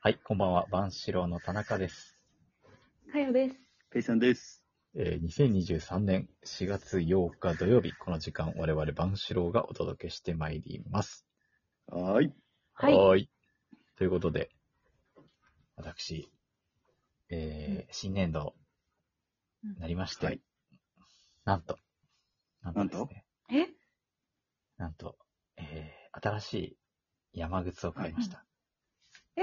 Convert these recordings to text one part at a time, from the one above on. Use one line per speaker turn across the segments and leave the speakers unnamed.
はい、こんばんは。万四郎の田中です。
かよです。
ペイさんです。
えー2023年4月8日土曜日、この時間、我々万四郎がお届けしてまいります。
はーい。
はい
ーい。ということで、私、えー新年度、なりまして、
はい
なんと、なん
なんと
ですね
え
なんと、えー新しい山靴を買いました。
え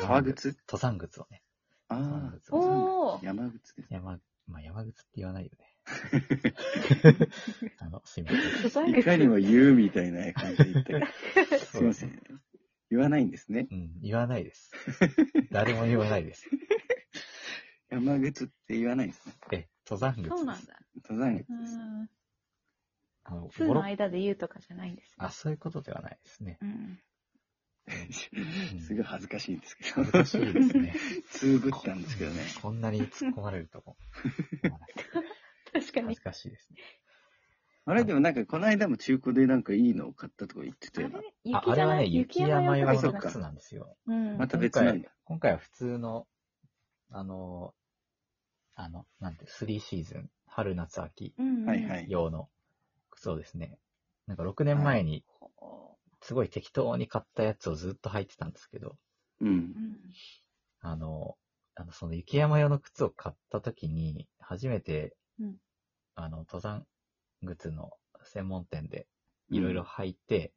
革靴
登山靴をね。登山
あ
靴
ー、
を
おー
山靴です。
山、まあ、山靴って言わないよ ね。 あの、すいま
登山
い
靴
かにも言うみたいな感じで言った けど、
せん。
すいません。言わないんですね。
うん、言わない です。誰も言わないです。
山靴って言わないんですね。
え、登山靴です。
そうなんだ。
登山
う
靴です。
ん。
あの、
数
ボロ
の間で言うとかじゃないんです、ね
あ、。そういうことではないですね。
うん。
うん
すごい恥ずかしいんですけど
恥ず、かしいですね。
つぶったんですけどね。
こんなに突っ込まれる とも思わなくて
確か
恥
に
ず。かしいですね。
あれでもなんか、この間も中古でなんかいいのを買ったとか言って
あ
た
れ
よな。
あ
雪
あ
じ
れ
ゃ
は
な
ね、雪山用
い用
の
そ
の
うか
靴なんですよ。
うん。
また別なんだ。
今回は普通の、あの、あの、なんて、3シーズン、春、夏、秋
うんうん。
はいはい。
用の靴をですね、なんか6年前に
ほ
すごい適当に買ったやつをずっと履いてたんですけど、
う。
ううんん。
あの、あのその雪山用の靴を買った時に、初めて、
うん
あの、登山靴の専門店でいろいろ履いて、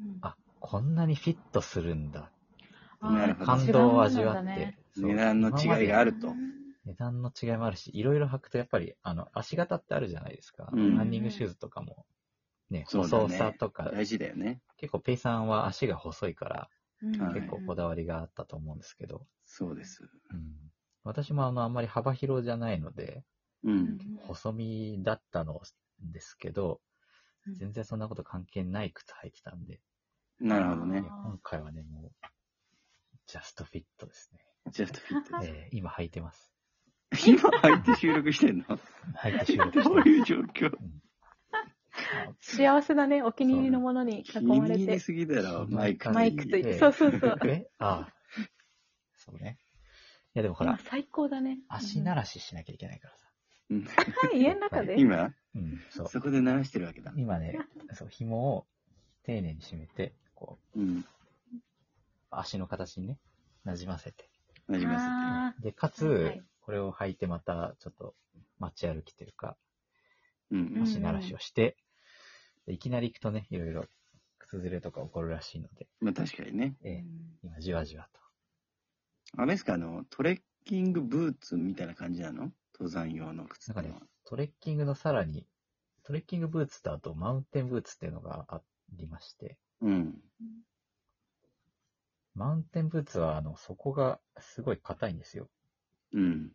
うん
あ、こんなにフィットするんだ。
あ
なる
ー
ほど
感動を味
違うも
わっ
のなんだね
て。そう
値段の違い
今まで
があると
うん
値段の違いもあるし、いろいろ履くとやっぱり、あの、足型ってあるじゃないですか。
うん
ランニングシューズとかも。ね、
そうだね
細さとか、
大事だよね。
結構ペイさんは足が細いから、
うん
はい
結構こだわりがあったと思うんですけど、
そうです。
うん、私もあの、あんまり幅広じゃないので、
う
うん
ん。
細身だったのですけど
うん、
全然そんなこと関係ない靴履いてたんで、
なるほどね
いや。今回はね、もう、ジャストフィットですね。
ジャストフィットで
えー今履いてます。
す。今入って収録してんの
履いて収録して
どう
ます。
いう状況
幸せだね。お気に入りのものに囲
気
まれ
に入り
て。
すぎだろ、マイクに。
マイクと
い
い
いね
そうそうそう。
えああ。そうね。いやでもほ
今
ら、
最高だね。
足慣らししなきゃいけないからさ。
うん
うん。はい、家の中で。
今
うん、そう。
そこで鳴らしてるわけだ。
今ね、そう、紐を丁寧に締めて、こう、
うん。
足の形にね、なじませて。
なります。
あ
で、かつ、
はいはい
これを履いてまた、ちょっと、街歩きというか、
う。
うん
足慣らしをして、でいきなり行くとね、いろいろ、靴ずれとか起こるらしいので、
まあ確かにね。
ーう
ええ
ん
今、じわじわと。
あれですか、あの、トレッキングブーツみたいな感じなの登山用の靴とか
なんかトレッキングのさらに、トレッキングブーツとあと、マウンテンブーツっていうのがありまして、
うん。
マウンテンブーツは、あの、底がすごい硬いんですよ。
うん。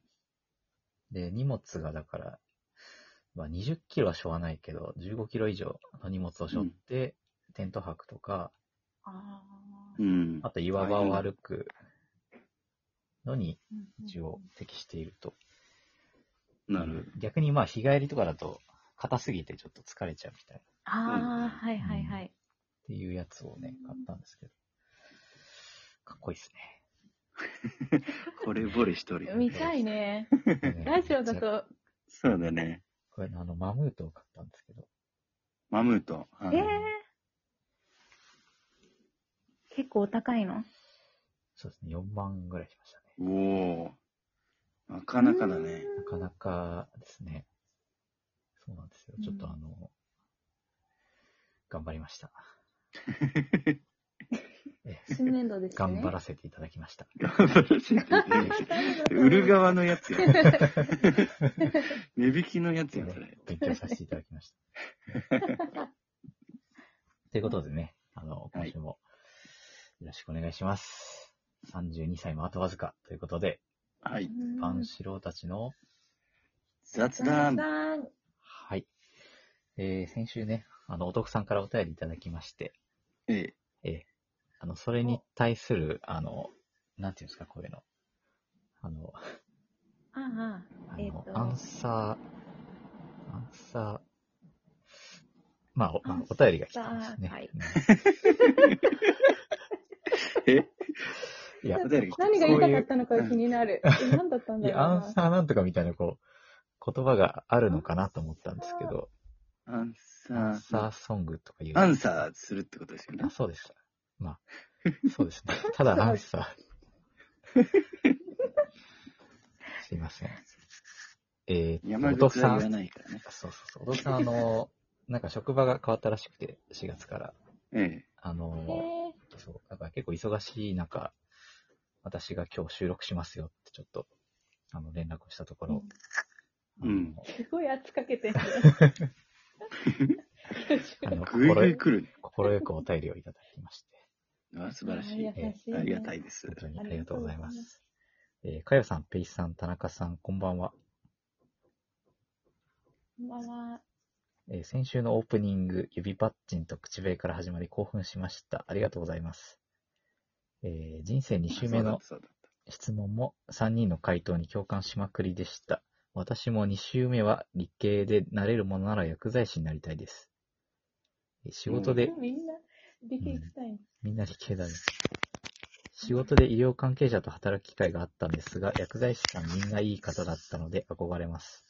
で、荷物がだから、まあ、20キロはしょうがないけど、15キロ以上の荷物を背負って、テント泊とか、
あー
うん。
あと岩場を歩くのに
うんうん
一応適していると。
なる
逆にまあ日帰りとかだと硬すぎてちょっと疲れちゃうみたいなっ
ああ、はいはいはい。
ていうやつをね、買ったんですけど。かっこいいです
ほど。これぼれしとるよ。
見たい ね。
ね。
ラジオだ
めっちゃ。
と、
そうだね。
これあの、マムートを買ったんですけど。
マムート。は
え
い
えー結構お高いの
そうですね、4万ぐらいしましたね。
おお。なかなかだね。。
なかなかですね。そうなんですよ
う。ん
ちょっとあの、頑張りました。え
うーん新年度ですね。
頑張らせていただきました。
頑張らせていただきました売る側のや つや。値引きのやつや、それ。
勉強させていただきま した。ということでね、あの、今週もよろしくお願いします。32歳もあとわずかということで、
は
う
い。
ん。
万四郎たちの、
雑
さん
談。
さん
はい。えー先週ね、あの、お得さんからお便りいただきまして、
え
あの、それに対する、あの、なんていうんですか、こういうの。あの、
あ
あの
えーと
アンサー、アンサー、まあ、おま
ア
あ
ン、
お便りが来たんですね。
サーはい
うん
え。
いや、
お便り来て
何が言いたかったのか気になる。え何だった
い
んだろう
や、アン
な。
サーなんとかみたいな、こう、言葉があるのかなと思ったんですけど、
アンサ
アン
ー。
サーソングとかいう。
アンサーするってことですよね
あ、。そうです。まあ、そうです ね。ただアンサー。すいません。えー、
山
お父
口
さ
は
ん、そ
言わ
う
ないからね。
そうそう。お父さん、あの、なんか職場が変わったらしくて、4月から。
え
あ
え
の、そう、だから結構忙しい中、私が今日収録しますよってちょっと、あの、連絡をしたところ、
う
ー
ん
すごい圧か けてる。
あの、
え。
あ
ぐい
の
ぐ
快
い来るね。
心よくお便りをいただきまして、
あ素晴らしい。
優しいね
ありがたいです
本。当にありがとうございます。えー、かよさん、ペイさん、田中さん、こんばんは。
こんばんは。
えー先週のオープニング、指パッチンと口笛から始まり興奮しました。ありがとうございます。えー人生2週目の
そうだった
質問も3人の回答に共感しまくりでした。私も2週目は理系でなれるものなら薬剤師になりたいです。えー仕事で、
みんな、出ていきたい。
みんな理系だね。仕事で医療関係者と働く機会があったんですが、薬剤師さんみんないい方だったので憧れます。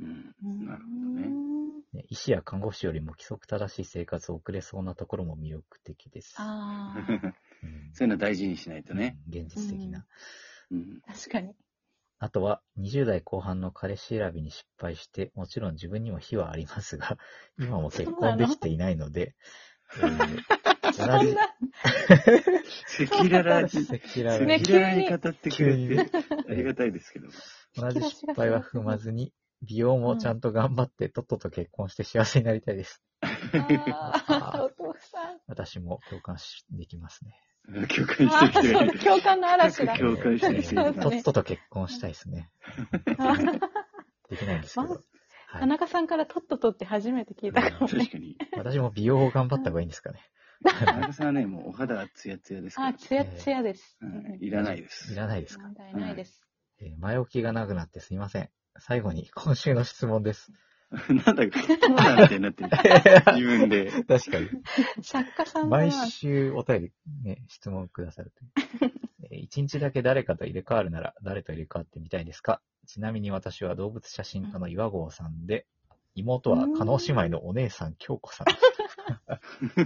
うん。なるほどね。
ね。
ね医師や看護師よりも規則正しい生活を送れそうなところも魅力的です。
ああ、
うん
そういうのは大事にしないとね。
うん現実的な。
うん
うん。
確かに。
あとは、20代後半の彼氏選びに失敗して、もちろん自分にも非はあります が、今も結婚できていないので、え
そん
ー
な、
同
赤裸々
じ、
に、 赤
赤裸々
ね
に
裸々に語ってくれ
急にね
て、 ありがたいですけど。
同じ失敗は踏まずに、美容もちゃんと頑張って、とっとと結婚して幸せになりたいです。
ああ、お父さん。
私も共感しできますね。
共感し
あ
てきて
ー共感の嵐 が。
共感してきて
えー
そう
と
ね
っとと結婚したいですね。できないんですけど。は
田
い、
中さんからとっととって初めて聞いたかもね。
確かに。
私も美容を頑張った方がいいんですかね。
田中さんはね、もうお肌ツヤツヤですか
あ
ら
ー、。つやつやです。
う
うんん
いらないで
い
す。
らないですか
問題ないです。
えー前置きがなくなってすいません。最後に今週の質問 です。
なんだか、コーナーみたいに なってる。自分で。
確かに。
作家さんは
毎、週お便り、ね、質問くださる という。えー一日だけ誰かと入れ替わるなら誰と入れ替わってみたいですかちなみに私は動物写真家の岩合さんで、妹は加納姉妹のお姉さん京子さん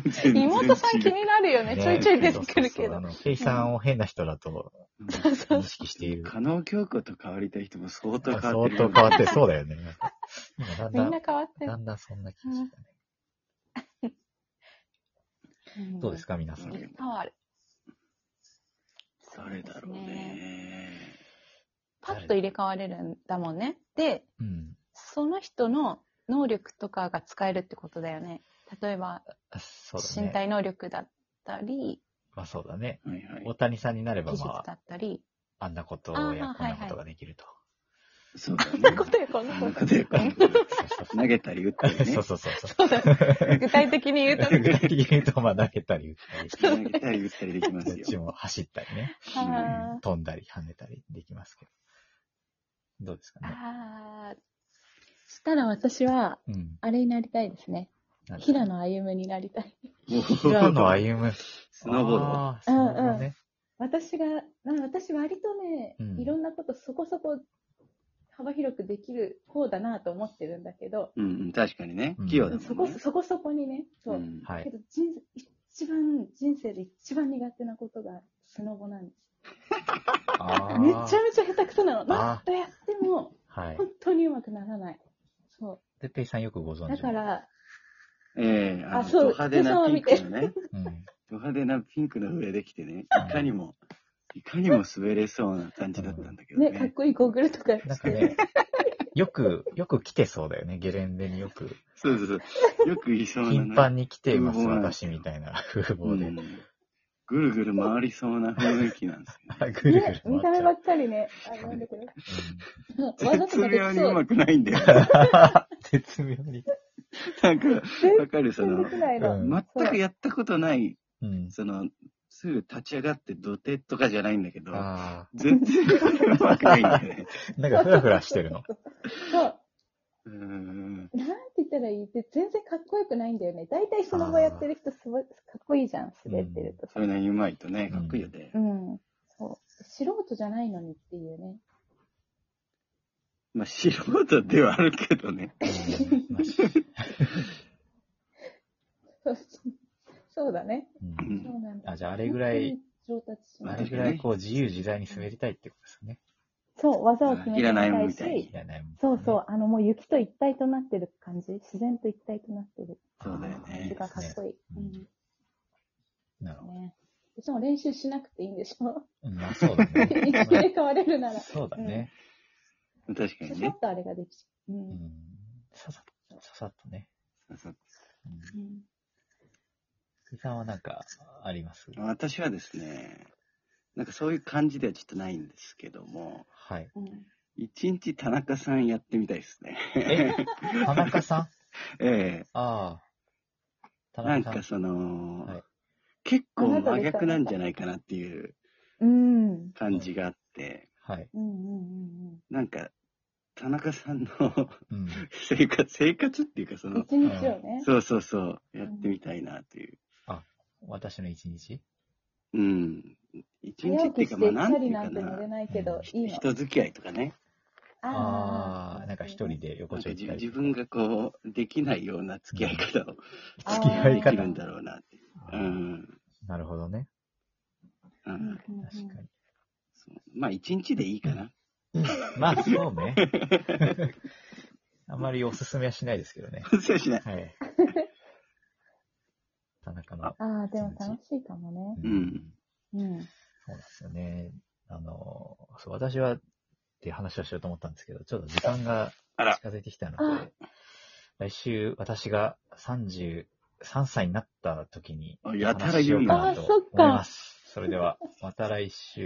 です。
妹さん気
全然違う
になるよね。ちょいちょい出てく
そ
る
う
け
そうあ
ど。
の、ケイさんを変な人だと認識している。
加納京子と変わりたい人も相当
相
変
当
わって
変わ
るよね。
って、そうだよね。なんか今だ
み
んだ、
んなん変わって
だんだんそんな気がしたね。
る。
どうですか、皆さん
い。っぱいある。
誰だろうね。
パッと入れ替われるんだもんね。で、
うん。
その人の能力とかが使えるってことだよね。例えば、
あそうだね。
身体能力だったり、
まあそうだね。
はいは
大谷さんになれば、
技術
ま
だ
あ、
った り。
あんなこと
あ
やこ
ー
んなこ
はい
と
は
ができると。
い。そうだね。
そんなことよ、こんな
そん
こ
な
と
ことよ
そうそうそう
投げたり打ったりね
そう。そうそうそう。
そうだね。具体的に言うと、
具体的に言うと、まあ投げたり打ったり、
投げたり打ったりできま
どっ
すよ。
ちも走ったりね、
あー
飛んだり跳ねたりできますけど。どうですかね。
あー。したら私は、
うん。
あれになりたいですね。
なんか
平野歩夢になりたい。
平野歩夢。
スノーボード。
あースノーボードね。
私が、まあ私割とね、
うん
いろんなことそこそこ幅広くできる方だなと思ってるんだけど、
うんうん、確かにね
うん。
器用だ
そ
も
こ
んね。
そこそこにね、そう。
うん
は
け
い。
ど人生一番、人生で一番苦手なことがスノボなんです。
あー
めちゃめちゃ下手くそなの。
あ
何度やっても、
はい。
本当にうまくならない。そ
で、ペイさんよくご存
う。
知。
だか、ら、
ええ、あ
あ
の、
そう
ド派手なピンクのね。
うん。
ド派手なピンクの上できてね、いかにも、いかにも滑れそうな感じだったんだけど
ね、かっ
ね。
こいいゴーグルと
な
か
ん
し
か
て、
ね、よく、よく来てそうだよね。ゲレンデによく。
そうそうそう。よく言いそうなね。
頻繁に来ています、
風貌なんです
私みたいな風貌で。
うんぐるぐる回りそうな雰囲気なんですよ、ね。
あぐるぐる
ね、見た目ばっかりね、あの、なんだこれ。 技と
絶
かできそ
妙にう
う
ま。くないんだよ、ね。
うん 絶妙に。
なんか、わかるそ
全然
の
で、きないの。
うん
全くやったことない、
うん。
その、すぐ立ち上がって土手とかじゃないんだけど、
あ
全然うまくないんだ よね。
あ。なんかフラフラしてる の。
そう。
うーん。
なんて言ったらいいって、全然かっこよくないんだよね。大体スノボやってる人すごい、かっこいいじゃん、滑ってるとさ
そ。れなりにうまいとね、かっこいいよね。
うん。そ人じゃないのにっていうね。
まあ、素人ではあるけどね。
うんまあし
そうそうだね。
う
うんん
そうなんだ。
あじゃああれぐらい
本当に上達しま
あ
す
れぐらいこう自由自在に滑りたいってことですよね。
そう、技を決めて
いらないもん
み
み
た
たい
い
に
し
い、らないもんね
そうそう、あのもう雪と一体となってる感じ、自然と一体となってる
そうだよ
感じ
ね。
がかっこいい。
うんなるほ
うん。ね。しかも練習しなくていいんでしょ
ど。まあそうだ
一
ね。
気で変われるなら。
そうだね。
確か
さ
に
さ
ね
っ。とあれができちゃう。う。
うんん。ささっと、ささっとね。
そう
うん
うん
福井さんはなんかあります
私はですね、なんかそういう感じではちょっとないんですけども、
はい。
うん
一日田中さんやってみたいですね。
え田中さん
え
ああ。田
え なん
中さ
か
ん。
その、
はい
結構真逆なんじゃないかなっていう
うん。
感じがあって、
はい。
うんうん
なんか、田中さんの
うん。
生活、生活っていうかそ
うんうん。
の、
一日をね。
そうそうそう、やってみたいなという。
私の一日
うん。一
早
日
起
ってい
き
うか、
し
ま
てチ
あなんて
ャ
い
リ
う
な
か
んて乗れ
な、
ないけど、いいの。
人付き合いとかね。
ああ、なんか一人で横
なんか
丁行
自
ったり
自分がこう、できないような付き合い方を
あー
付き合い
でき
方
るんだろうなって。
う
う
ん
ん。
なるほどね。
う
うん
ん
うんうん
確かに。
そうまあ、一日でいいかな。
まあ、そうね。あまりおすすめはしないですけどね。
反省しない。
はい。田中の。
ああ、でも楽しいかもね。
うん
うん。
そうなんですよね。あの、そう私はっていう話をしようと思ったんですけど、ちょっと時間が
あら
近づいてきたので、来週私が33歳になった時に
あ
お
やたら
話しようかな
言う
と
な
思います。それでは、また来週。